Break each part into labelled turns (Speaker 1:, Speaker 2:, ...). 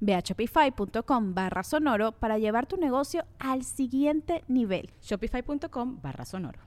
Speaker 1: Ve a shopify.com barra sonoro para llevar tu negocio al siguiente nivel.
Speaker 2: Shopify.com barra sonoro.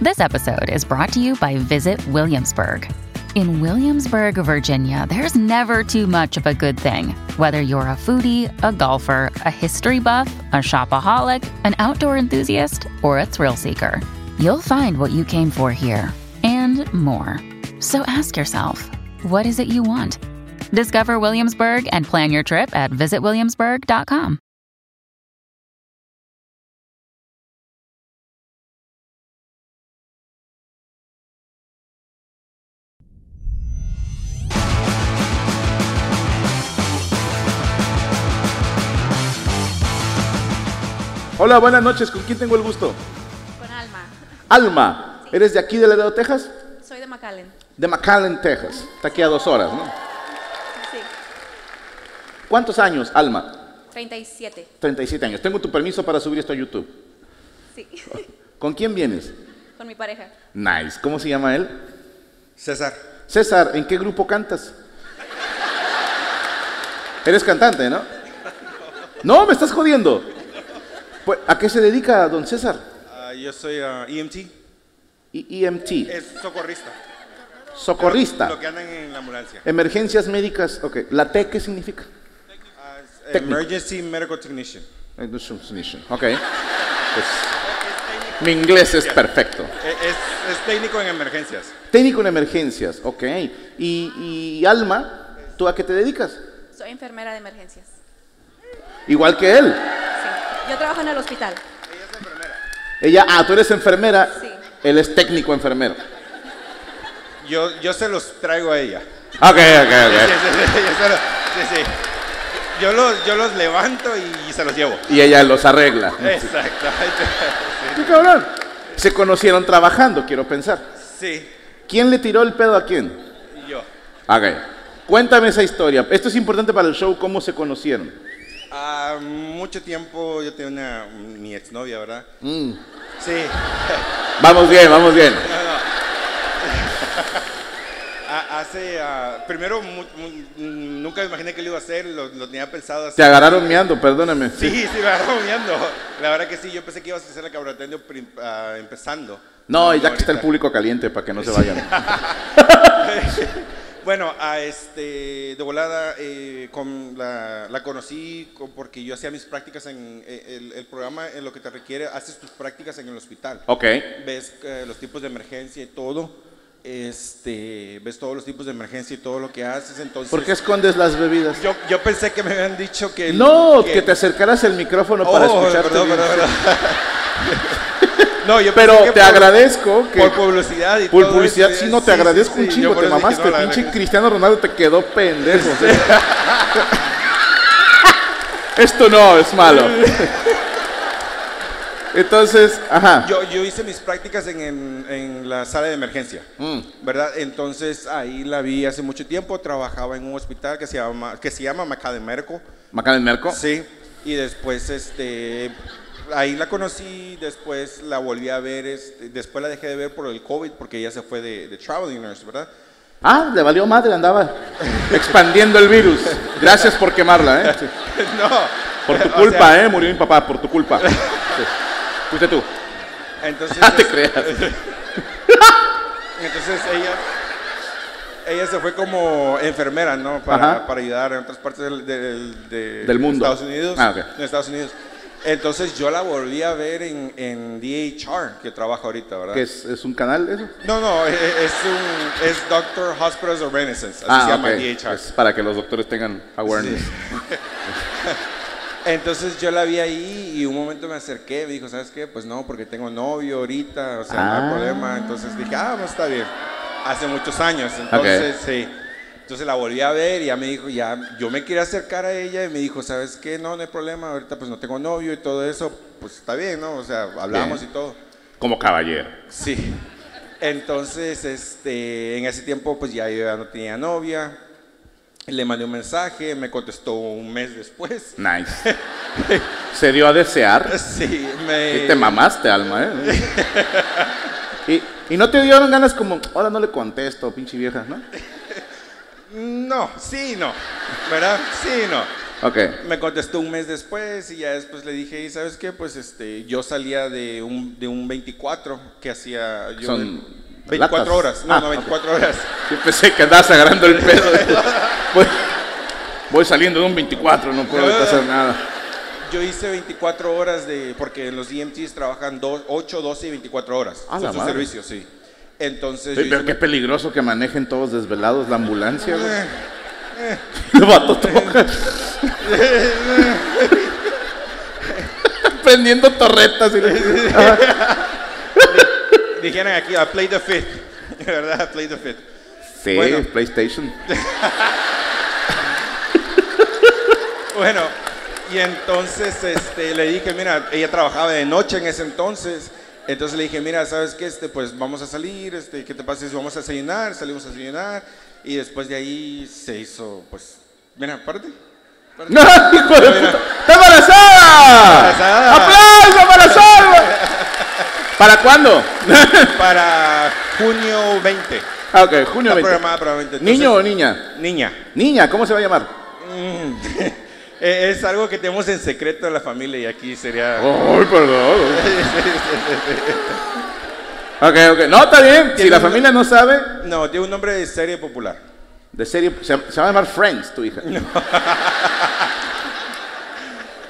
Speaker 3: This episode is brought to you by Visit Williamsburg. In Williamsburg, Virginia, there's never too much of a good thing. Whether you're a foodie, a golfer, a history buff, a shopaholic, an outdoor enthusiast, or a thrill seeker, you'll find what you came for here and more. So ask yourself, what is it you want? Discover Williamsburg and plan your trip at visitwilliamsburg.com.
Speaker 4: Hola, buenas noches. ¿Con quién tengo el gusto?
Speaker 5: Con Alma.
Speaker 4: Alma, ¿eres de aquí, de Laredo, Texas?
Speaker 5: Soy de McAllen.
Speaker 4: De McAllen, Texas. Está aquí a dos horas, ¿no?
Speaker 5: Sí.
Speaker 4: ¿Cuántos años, Alma?
Speaker 5: 37.
Speaker 4: 37 años. Tengo tu permiso para subir esto a YouTube.
Speaker 5: Sí.
Speaker 4: ¿Con quién vienes?
Speaker 5: Con mi pareja.
Speaker 4: Nice. ¿Cómo se llama él?
Speaker 6: César,
Speaker 4: César, ¿en qué grupo cantas? Eres cantante, ¿no? No, me estás jodiendo. Pues, ¿A qué se dedica don César? E
Speaker 6: ah, yo soy ah, EMT,
Speaker 4: I- EMT,
Speaker 6: es socorrista. Lo
Speaker 4: socorrista,
Speaker 6: Eh, que andan en la ambulancia.
Speaker 4: Eh, emergencias médicas. Ok, ¿la T qué significa?
Speaker 6: Ah, es
Speaker 4: Técnico.
Speaker 6: Emergency Medical Technician.
Speaker 4: Eh, no es un snish. Ok. Pues, mi inglés es perfecto.
Speaker 6: Eh, Es, es técnico en emergencias.
Speaker 4: Técnico en emergencias, ok. Y, y Alma, ¿tú a qué te dedicas?
Speaker 5: Soy enfermera de emergencias.
Speaker 4: Igual que él.
Speaker 5: Sí. Yo trabajo en el hospital.
Speaker 4: Ella, ah, tú eres enfermera.
Speaker 5: Sí.
Speaker 4: Él es técnico enfermero.
Speaker 6: Yo, yo se los traigo a ella.
Speaker 4: Ok, ok, ok.
Speaker 6: Sí, sí, sí, sí, yo se los- sí, sí. Yo los, yo los levanto y se los llevo.
Speaker 4: Y ella los arregla.
Speaker 6: Exactamente.
Speaker 4: ¡Qué cabrón! Se conocieron trabajando, quiero pensar.
Speaker 6: Sí,
Speaker 4: ¿Quién le tiró el pedo a quién?
Speaker 6: y yo.
Speaker 4: Ok. Cuéntame esa historia. Esto es importante para el show, cómo se conocieron.
Speaker 6: Ah, mucho tiempo yo tenía una, mi exnovia, ¿verdad? Sí.
Speaker 4: Vamos bien, vamos bien.
Speaker 6: A- Hace, ah, primero, mu- mu- mm, nunca me imaginé que lo iba a hacer, lo, lo tenía pensado
Speaker 4: Te
Speaker 6: hacer.
Speaker 4: agarraron meando, perdóname.
Speaker 6: Sí, sí, me agarró mirando. La verdad que sí, yo pensé que ibas a hacer la cabroteando empezando.
Speaker 4: No, y ya
Speaker 6: ahorita.
Speaker 4: que está el público caliente, para que no se vayan.
Speaker 6: Bueno, a este, de volada, eh, con la, la conocí con- porque yo hacía mis prácticas en eh, el, el programa, en lo que te requiere, haces tus prácticas en el hospital.
Speaker 4: Ok.
Speaker 6: ves eh, los tipos de emergencia y todo, este, ves todos los tipos de emergencia y todo lo que haces, entonces...
Speaker 4: ¿Por qué escondes las bebidas?
Speaker 6: Yo, yo pensé que me habían dicho que... el-
Speaker 4: No, que te acercaras el micrófono para
Speaker 6: Oh,
Speaker 4: escucharte.
Speaker 6: perdón,
Speaker 4: bien.
Speaker 6: perdón, perdón. no, yo
Speaker 4: Pero
Speaker 6: pensé que
Speaker 4: te
Speaker 6: por-
Speaker 4: agradezco que.
Speaker 6: Por publicidad y
Speaker 4: Por
Speaker 6: todo
Speaker 4: publicidad,
Speaker 6: eso,
Speaker 4: sí, no, te agradezco
Speaker 6: sí,
Speaker 4: un
Speaker 6: yo
Speaker 4: chingo,
Speaker 6: por
Speaker 4: te
Speaker 6: eso dije,
Speaker 4: mamaste.
Speaker 6: no, la
Speaker 4: pinche
Speaker 6: verdad
Speaker 4: Cristiano Ronaldo te quedó pendejo. ¿eh? o sea. Esto no, es malo. Entonces, ajá.
Speaker 6: que- Yo, yo hice mis prácticas en, en- en la sala de emergencia,
Speaker 4: Mm.
Speaker 6: ¿verdad? Entonces ahí la vi hace mucho tiempo, trabajaba en un hospital que se llama, que se llama Macademerco.
Speaker 4: Macan del Merco.
Speaker 6: Sí, y después este ahí la conocí, después la volví a ver, este, después la dejé de ver por el COVID porque ella se fue de, de traveling nurse, ¿verdad?
Speaker 4: Ah, le valió madre, andaba expandiendo el virus. Gracias por quemarla, ¿eh? Sí.
Speaker 6: no.
Speaker 4: Por tu
Speaker 6: o
Speaker 4: culpa,
Speaker 6: sea,
Speaker 4: ¿eh? Murió mi papá, por tu culpa. Sí. Fuiste tú.
Speaker 6: Entonces,
Speaker 4: No te
Speaker 6: es-
Speaker 4: creas.
Speaker 6: entonces ella ella se fue como enfermera, ¿no? Para,
Speaker 4: Ajá.
Speaker 6: para ayudar en otras partes del, del, de
Speaker 4: Del mundo.
Speaker 6: Estados Unidos.
Speaker 4: Ah, ok.
Speaker 6: En Estados Unidos. Entonces yo la volví a ver en, en DHR, que trabajo ahorita, ¿verdad?
Speaker 4: ¿Qué es, es un canal eso?
Speaker 6: No, no, es, es un, es Doctor Hospitals of Renaissance, así se llama
Speaker 4: Ah, ok.
Speaker 6: en DHR.
Speaker 4: Es para que los doctores tengan awareness.
Speaker 6: Entonces yo la vi ahí y un momento me acerqué, me dijo, ¿sabes qué? Pues no, porque tengo novio ahorita, o sea, no
Speaker 4: Ah.
Speaker 6: hay problema. Entonces dije, ah, pues está bien. Hace muchos años, entonces sí. Entonces la volví a ver y ya me dijo, ya, yo me quería acercar a ella y me dijo, ¿sabes qué? No, no hay problema, ahorita pues no tengo novio y todo eso, pues está bien, ¿no? O sea, hablamos
Speaker 4: Bien.
Speaker 6: y todo.
Speaker 4: Como caballero.
Speaker 6: Sí. Entonces, este, en ese tiempo, pues ya yo ya no tenía novia. Le mandé un mensaje, me contestó un mes después.
Speaker 4: Nice. Se dio a desear.
Speaker 6: Sí, me.
Speaker 4: Y te mamaste, Alma, ¿eh? Y, y no te dieron ganas como, ahora no le contesto, pinche vieja, ¿no?
Speaker 6: No, sí, no. ¿Verdad? Sí, no.
Speaker 4: Ok.
Speaker 6: Me contestó un mes después y ya después le dije, ¿y sabes qué? Pues este, yo salía de un, de un 24 que hacía. Yo,
Speaker 4: Son
Speaker 6: 24
Speaker 4: latas.
Speaker 6: horas. No,
Speaker 4: Ah,
Speaker 6: no,
Speaker 4: ok.
Speaker 6: 24 horas.
Speaker 4: Yo pensé que andabas agarrando el pedo. Voy, voy saliendo de un 24, no puedo ahorita hacer nada.
Speaker 6: Yo hice 24 horas de. Porque en los EMTs trabajan do- 8, 12 y 24 horas.
Speaker 4: A la
Speaker 6: Son sus
Speaker 4: madre.
Speaker 6: servicios, sí. Entonces.
Speaker 4: Oye,
Speaker 6: yo
Speaker 4: pero
Speaker 6: hice
Speaker 4: qué peligroso que manejen todos desvelados la ambulancia, güey.
Speaker 6: Eh,
Speaker 4: El vato todo- eh. Prendiendo torretas. Y le-
Speaker 6: Dijeran aquí, I played the fifth. De verdad, I played the fifth.
Speaker 4: Sí,
Speaker 6: Bueno.
Speaker 4: PlayStation.
Speaker 6: Bueno, y entonces este, le dije, mira, ella trabajaba de noche en ese entonces. Entonces le dije, mira, ¿sabes qué? Este, pues vamos a salir, este, ¿qué te pasa si vamos a desayunar? Salimos a desayunar. Y después de ahí se hizo, pues, mira, párate.
Speaker 4: ¡No, hijo de puta! ¡Está embarazada!
Speaker 6: Embarazada.
Speaker 4: ¡Aplauso, embarazada! güey! ¿Para cuándo?
Speaker 6: Para junio 20.
Speaker 4: Ah, ok, junio
Speaker 6: Está
Speaker 4: 20.
Speaker 6: programada para 20. Entonces,
Speaker 4: ¿Niño o niña?
Speaker 6: Niña.
Speaker 4: Niña, ¿cómo se va a llamar?
Speaker 6: Mm. Eh, es algo que tenemos en secreto en la familia y aquí sería...
Speaker 4: Ay, perdón. ok, ok. No, está bien. Si la familia no sabe,
Speaker 6: No, tiene un nombre de serie popular.
Speaker 4: de serie, se, se va a llamar Friends, tu hija.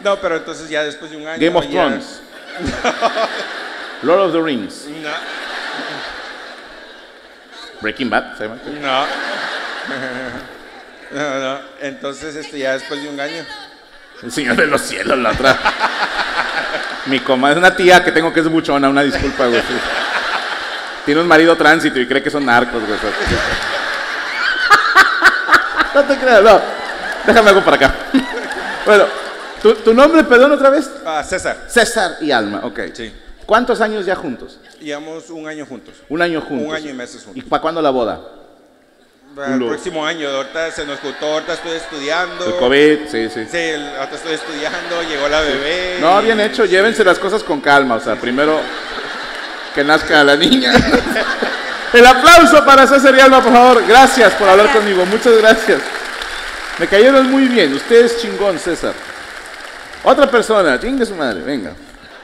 Speaker 6: No, pero entonces ya después de un año...
Speaker 4: Game of
Speaker 6: ya-
Speaker 4: Thrones. Lord of the Rings.
Speaker 6: No,
Speaker 4: Breaking Bad, se llama.
Speaker 6: no. No, no. Entonces este, ya después de un año...
Speaker 4: El Señor de los Cielos, la otra. Mi comadre es una tía que tengo que es buchona, una disculpa, güey. sí. Tiene un marido tránsito y cree que son narcos, güey. o sea, sí. No te creas, no. Déjame algo para acá. Bueno, ¿tu, tu nombre, perdón, otra vez?
Speaker 6: Ah, César.
Speaker 4: César y Alma, ok.
Speaker 6: Sí.
Speaker 4: ¿Cuántos años ya juntos?
Speaker 6: Llevamos un año juntos.
Speaker 4: Un año juntos.
Speaker 6: Un año y meses juntos.
Speaker 4: ¿Y para cuándo la boda?
Speaker 6: Para El
Speaker 4: Culo.
Speaker 6: Ah, próximo año, ahorita se nos juntó, ahorita estoy estudiando.
Speaker 4: El COVID, sí, sí.
Speaker 6: Sí, el- ahorita estoy estudiando, llegó la bebé.
Speaker 4: No, bien hecho, llévense las cosas con calma, o sea, primero que nazca la niña. El aplauso para César y Alma, por favor. Gracias por hablar conmigo, muchas gracias. Me cayeron muy bien, usted es chingón, César. Otra persona, chingue su madre, venga.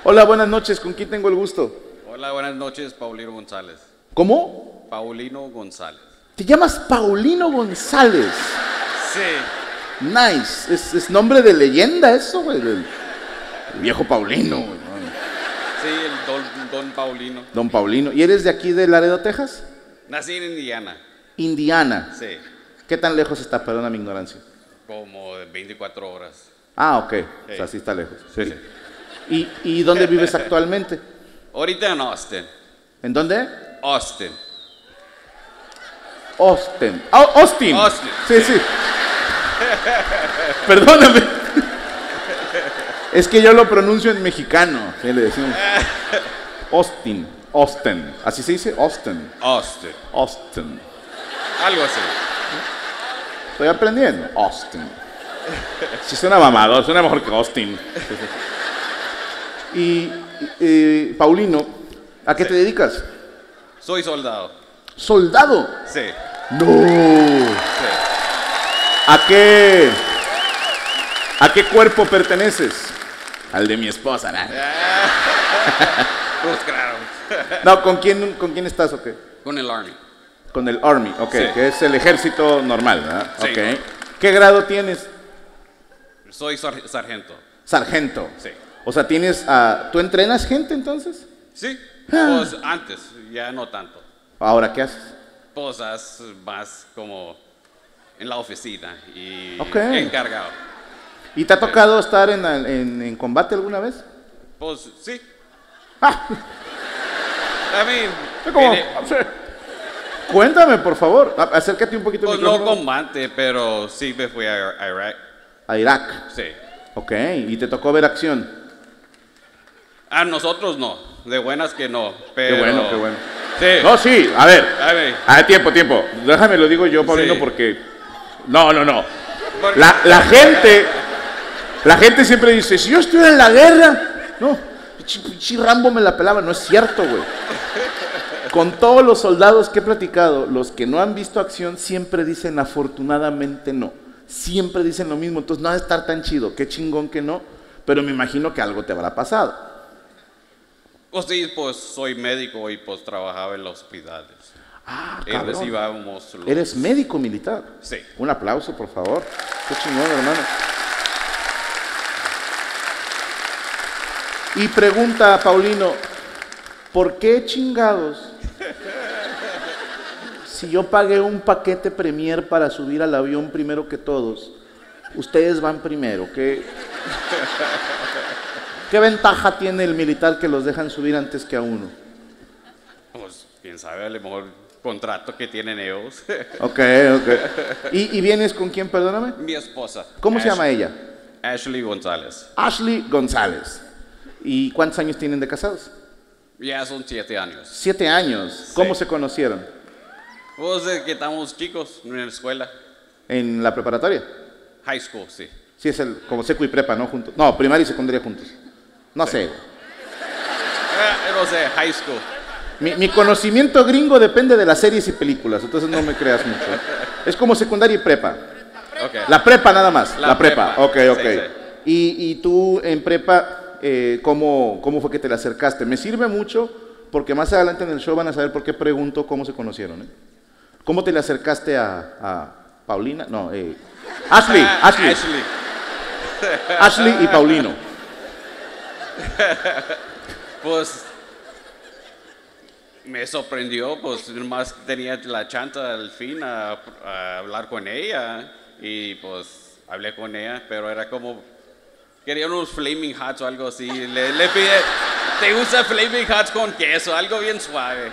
Speaker 4: Hola, buenas noches, ¿con quién tengo el gusto?
Speaker 7: Hola, buenas noches, Paulino González.
Speaker 4: ¿Cómo?
Speaker 7: Paulino González.
Speaker 4: Te llamas Paulino González.
Speaker 7: Sí.
Speaker 4: Nice, es, es nombre de leyenda eso, güey. del- el viejo Paulino, güey.
Speaker 7: Sí, el don, don Paulino.
Speaker 4: Don Paulino. ¿Y eres de aquí de Laredo, Texas?
Speaker 7: Nací en Indiana.
Speaker 4: Indiana.
Speaker 7: Sí.
Speaker 4: ¿Qué tan lejos está? Perdona mi ignorancia.
Speaker 7: Como de 24 horas.
Speaker 4: Ah, ok. O sea,
Speaker 7: Hey.
Speaker 4: sí está lejos.
Speaker 7: Sí, sí.
Speaker 4: ¿Y, y dónde vives actualmente?
Speaker 7: Ahorita en Austin.
Speaker 4: ¿En dónde?
Speaker 7: Austin.
Speaker 4: Austin. Ah, Austin.
Speaker 7: Austin.
Speaker 4: Sí, sí. Perdóname. Es que yo lo pronuncio en mexicano. Sí, le decimos. Austin. Austin. ¿Así se dice? Austin.
Speaker 7: Austin.
Speaker 4: Austin.
Speaker 7: Algo así.
Speaker 4: Estoy aprendiendo. Austin. Si suena mamado, suena mejor que Austin. Y, eh, Paulino, ¿a qué te dedicas?
Speaker 7: Soy soldado.
Speaker 4: Soldado.
Speaker 7: Sí.
Speaker 4: No.
Speaker 7: Sí.
Speaker 4: ¿A qué? ¿A qué cuerpo perteneces? Al de mi esposa. nah.
Speaker 7: Pues claro.
Speaker 4: No, ¿con quién, con quién estás o qué?
Speaker 7: Con el Army.
Speaker 4: Con el Army, ok,
Speaker 7: Sí.
Speaker 4: que es el ejército normal, ¿verdad?
Speaker 7: Sí.
Speaker 4: Ok. ¿Qué grado tienes?
Speaker 7: Soy sar- sargento.
Speaker 4: Sargento.
Speaker 7: Sí.
Speaker 4: O sea, tienes a... ¿Tú entrenas gente entonces?
Speaker 6: Sí,
Speaker 4: Ah.
Speaker 6: pues antes, ya no tanto.
Speaker 4: Ahora, ¿qué haces?
Speaker 6: Cosas más como en la oficina y
Speaker 4: Ok.
Speaker 6: encargado.
Speaker 4: ¿Y te ha tocado estar en, al- en- en combate alguna vez?
Speaker 6: Pues sí.
Speaker 4: Ah.
Speaker 6: I mean,
Speaker 4: Yo como-
Speaker 6: viene-
Speaker 4: Cuéntame, por favor. A- Acércate un poquito al
Speaker 6: pues, no
Speaker 4: micrófono.
Speaker 6: combate, pero sí me fui a Ira- Irak.
Speaker 4: A Irak.
Speaker 6: Sí.
Speaker 4: Ok, y te tocó ver acción.
Speaker 6: A nosotros no, de buenas que no. Pero...
Speaker 4: bueno, qué bueno.
Speaker 6: Sí.
Speaker 4: No, sí, a ver.
Speaker 6: A ver.
Speaker 4: Ah, tiempo, tiempo. Déjame lo digo yo, Paulino,
Speaker 6: Sí.
Speaker 4: porque. No, no, no.
Speaker 6: porque-
Speaker 4: La, la gente. La gente siempre dice: si yo estuviera en la guerra. No, pinche- pinche Rambo me la pelaba. No es cierto, güey. Con todos los soldados que he platicado, los que no han visto acción siempre dicen afortunadamente no. Siempre dicen lo mismo. Entonces no va a estar tan chido. Qué chingón que no. Pero me imagino que algo te habrá pasado.
Speaker 6: Pues sí, pues soy médico y pues trabajaba en los hospitales.
Speaker 4: Ah,
Speaker 6: Y
Speaker 4: cabrón.
Speaker 6: recibábamos los-
Speaker 4: Eres médico militar.
Speaker 6: Sí.
Speaker 4: Un aplauso, por favor. Qué chingón, hermano. Y pregunta a Paulino, ¿por qué chingados? Si yo pagué un paquete Premier para subir al avión primero que todos, ustedes van primero. ¿Qué, ¿Qué ventaja tiene el militar que los dejan subir antes que a uno?
Speaker 6: Pues quién sabe, a lo mejor contrato que tienen ellos.
Speaker 4: Ok, ok. ¿Y, y vienes con quién, perdóname?
Speaker 6: Mi esposa.
Speaker 4: ¿Cómo se
Speaker 6: Ash-
Speaker 4: llama ella?
Speaker 6: Ashley González.
Speaker 4: Ashley González. ¿Y cuántos años tienen de casados?
Speaker 6: Ya son siete años.
Speaker 4: Siete años. ¿Cómo se conocieron?
Speaker 6: Pues desde que estamos chicos en la escuela.
Speaker 4: ¿En la preparatoria?
Speaker 6: High school, sí.
Speaker 4: Sí, es el, como seco y prepa, ¿no? Juntos. No, primaria y secundaria juntos. No sé. güey.
Speaker 6: Eh, no sé, high school.
Speaker 4: Mi, mi conocimiento gringo depende de las series y películas, entonces no me creas mucho. Es como secundaria y prepa.
Speaker 6: Ok.
Speaker 4: La prepa nada más. La,
Speaker 6: La
Speaker 4: prepa.
Speaker 6: prepa.
Speaker 4: Ok, ok.
Speaker 6: Sí, sí.
Speaker 4: Y, y tú en prepa, eh, ¿cómo, ¿cómo fue que te la acercaste? Me sirve mucho porque más adelante en el show van a saber por qué pregunto cómo se conocieron. ¿eh? ¿Cómo te le acercaste a, a Paulina? No, eh, Ashley,
Speaker 6: Ah,
Speaker 4: Ashley,
Speaker 6: Ashley.
Speaker 4: Ashley y Paulino.
Speaker 6: Pues me sorprendió, pues más tenía la chanta al fin a, a hablar con ella y pues hablé con ella, pero era como quería unos flaming hats o algo así. Le, le pide, ¿te gusta flaming hats con queso? Algo bien suave.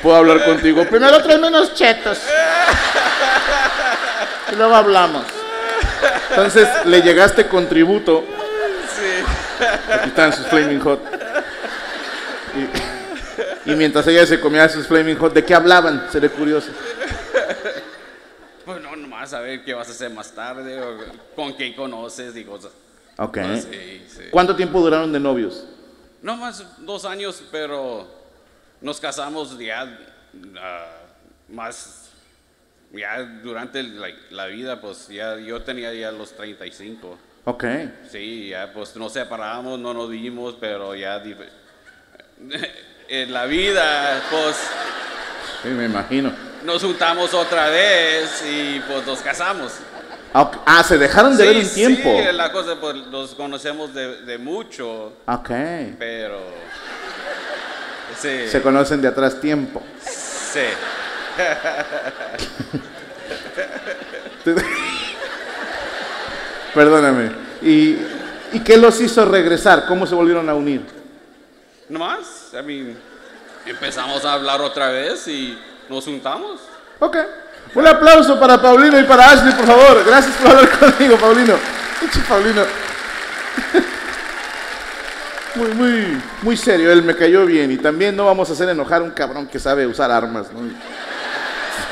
Speaker 4: Puedo hablar contigo. Primero tráeme unos chetos. Y luego hablamos. Entonces le llegaste con tributo. Aquí están sus Flaming Hot. Y, y mientras ella se comía sus Flaming Hot, ¿de qué hablaban? Seré curioso.
Speaker 6: Pues no, nomás a ver qué vas a hacer más tarde o con quién conoces y cosas.
Speaker 4: Ok.
Speaker 6: Ah, Sí, sí.
Speaker 4: ¿Cuánto tiempo duraron de novios?
Speaker 6: No más dos años, pero nos casamos ya ah, más, ya durante la, la vida, pues ya yo tenía ya los 35.
Speaker 4: Ok.
Speaker 6: Sí, ya pues nos separamos, no nos vimos, pero ya dif- en la vida, pues
Speaker 4: Sí, me imagino.
Speaker 6: nos juntamos otra vez y pues nos casamos.
Speaker 4: Ah, ok. Ah, se dejaron de ver un
Speaker 6: sí,
Speaker 4: tiempo.
Speaker 6: Sí, la cosa, pues nos conocemos de, de mucho,
Speaker 4: Ok.
Speaker 6: pero... Sí,
Speaker 4: Se conocen de atrás tiempo.
Speaker 6: sí.
Speaker 4: Perdóname. ¿Y, ¿Y qué los hizo regresar? ¿Cómo se volvieron a unir?
Speaker 6: Nomás, I mean, empezamos a hablar otra vez y nos juntamos.
Speaker 4: Ok. Un aplauso para Paulino y para Ashley, por favor. Gracias por hablar conmigo, Paulino. Pinche Paulino. Muy, muy, muy serio. Él me cayó bien. Y también no vamos a hacer enojar a un cabrón que sabe usar armas. ¿no?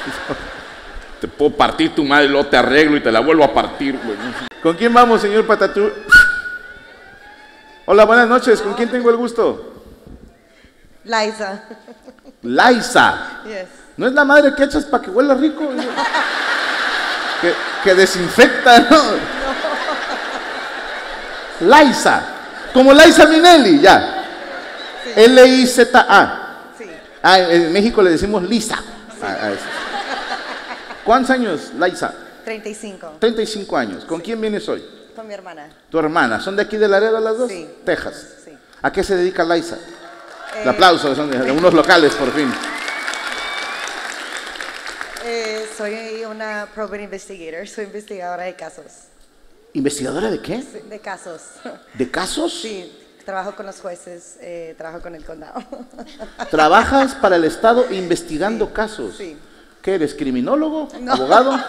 Speaker 4: Te puedo partir tu madre, luego te arreglo y te la vuelvo a partir, güey. ¿Con quién vamos, señor Patatú? Hola, buenas noches. ¿Con quién tengo el gusto?
Speaker 8: Liza.
Speaker 4: Laisa.
Speaker 8: Yes.
Speaker 4: ¿No es la madre que echas para que huela rico? que, que desinfecta, ¿no? Laisa. Como Laisa Minelli, ya. L-I-Z-A.
Speaker 8: Sí.
Speaker 4: Ah, en en México le decimos Lisa. a- a eso. ¿Cuántos años, Laisa?
Speaker 8: 35.
Speaker 4: 35 años. ¿Con quién vienes hoy?
Speaker 8: Con mi hermana.
Speaker 4: Tu hermana. ¿Son de aquí de Laredo las dos?
Speaker 8: Sí.
Speaker 4: Texas.
Speaker 8: Sí.
Speaker 4: ¿A qué se dedica Laisa? El
Speaker 8: Eh,
Speaker 4: aplauso, son de unos locales por fin.
Speaker 8: eh, soy una probe investigator. Soy investigadora de casos.
Speaker 4: ¿Investigadora de qué?
Speaker 8: Sí, De casos.
Speaker 4: ¿De casos?
Speaker 8: Sí. Trabajo con los jueces. eh, trabajo con el condado.
Speaker 4: Trabajas para el Estado investigando casos.
Speaker 8: sí.
Speaker 4: ¿Qué eres? ¿Criminólogo?
Speaker 8: No.
Speaker 4: ¿Abogado?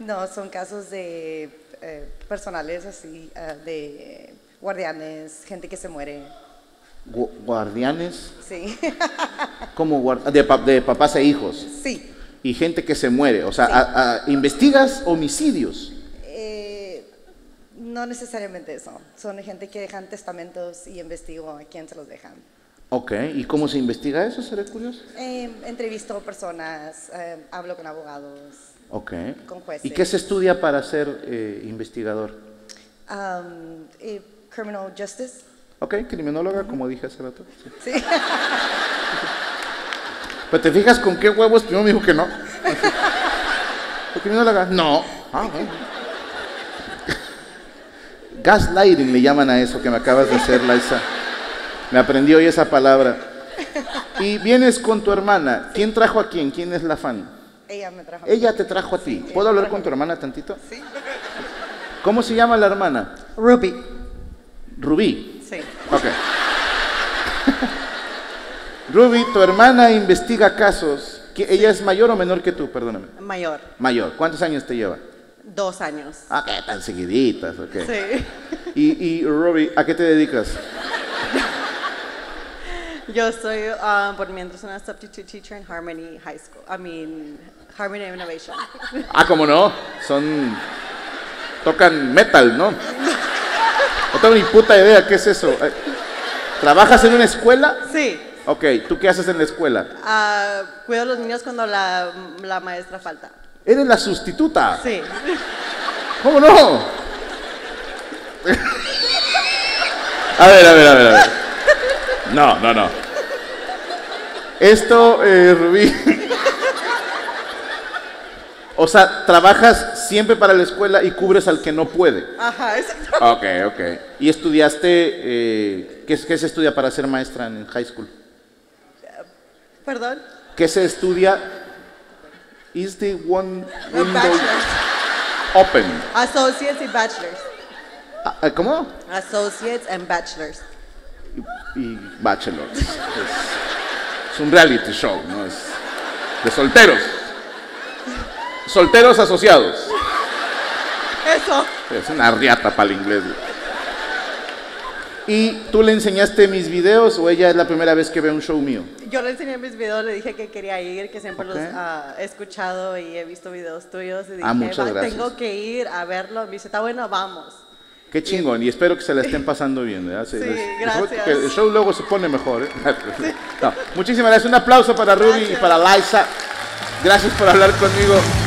Speaker 8: No, son casos de eh, personales así, ah, de guardianes, gente que se muere.
Speaker 4: Gu- ¿Guardianes?
Speaker 8: Sí.
Speaker 4: como De, pa- de papás e hijos.
Speaker 8: sí.
Speaker 4: Y gente que se muere. O sea, a- a- ¿investigas homicidios?
Speaker 8: Eh, no necesariamente eso. Son gente que dejan testamentos y investigo a quién se los dejan.
Speaker 4: Ok. ¿Y cómo se investiga eso? ¿Seré curioso?
Speaker 8: Eh, entrevisto personas, eh, hablo con abogados.
Speaker 4: Ok.
Speaker 8: Con jueces.
Speaker 4: ¿Y qué se estudia para ser eh, investigador?
Speaker 8: um, eh, criminal justice.
Speaker 4: Ok, criminóloga, como dije hace rato. sí.
Speaker 8: Sí.
Speaker 4: Pero te fijas con qué huevos primero me dijo que no. ¿Por qué no la gas? No. Ah, bueno. Gaslighting le llaman a eso que me acabas de hacer, Laisa. Me aprendí hoy esa palabra. Y vienes con tu hermana. ¿Quién trajo a quién? ¿Quién es la fan?
Speaker 8: Ella me trajo.
Speaker 4: Ella te trajo a ti. ¿Puedo hablar con tu hermana tantito? Sí. ¿Cómo se llama la hermana?
Speaker 8: Ruby.
Speaker 4: Rubí.
Speaker 8: Sí.
Speaker 4: Ok. Ruby, tu hermana investiga casos. que ¿Ella es mayor o menor que tú? Perdóname.
Speaker 8: Mayor.
Speaker 4: Mayor. ¿Cuántos años te lleva?
Speaker 8: Dos años.
Speaker 4: Ok, tan seguiditas, ok.
Speaker 8: Sí.
Speaker 4: Y, y Ruby, ¿a qué te dedicas?
Speaker 8: Yo soy ah, por mientras una substitute teacher en Harmony High School. I mean, Harmony Innovation.
Speaker 4: Ah, como no, son... Tocan metal, ¿no? No tengo ni puta idea qué es eso. Eh, ¿Trabajas en una escuela?
Speaker 8: Sí.
Speaker 4: Ok, ¿tú qué haces en la escuela?
Speaker 8: ah, cuido a los niños cuando la, la maestra falta.
Speaker 4: Eres la sustituta.
Speaker 8: Sí.
Speaker 4: ¿Cómo no? a ver, a ver, a ver, a ver. No, no, no. Esto, eh, Rubí. o sea, trabajas siempre para la escuela y cubres al que no puede.
Speaker 8: Ajá, exacto.
Speaker 4: Ok, ok. ¿Y estudiaste, eh, ¿qué, qué se estudia para ser maestra en high school?
Speaker 8: Perdón.
Speaker 4: ¿Qué se estudia? Is the one
Speaker 8: Un
Speaker 4: window
Speaker 8: bachelor's.
Speaker 4: open?
Speaker 8: Associates y bachelors.
Speaker 4: Ah, ah, ¿Cómo?
Speaker 8: Associates and bachelors.
Speaker 4: y Bachelor. Es, es un reality show, ¿no? Es de solteros. Solteros asociados.
Speaker 8: Eso.
Speaker 4: Es una riata para el inglés. güey. ¿Y tú le enseñaste mis videos o ella es la primera vez que ve un show mío?
Speaker 8: Yo le enseñé mis videos, le dije que quería ir, que siempre
Speaker 4: Ok.
Speaker 8: los ah, he escuchado y he visto videos tuyos. Y dije,
Speaker 4: Ah, muchas
Speaker 8: "Va,
Speaker 4: gracias.
Speaker 8: tengo que ir a verlo. Me dice, está bueno, vamos.
Speaker 4: Qué chingón, y espero que se la estén pasando bien. ¿verdad? Se-
Speaker 8: Sí,
Speaker 4: les-
Speaker 8: gracias.
Speaker 4: les- que el show luego se pone mejor. ¿eh? No, muchísimas gracias. Un aplauso para Ruby y para Liza. Gracias por hablar conmigo.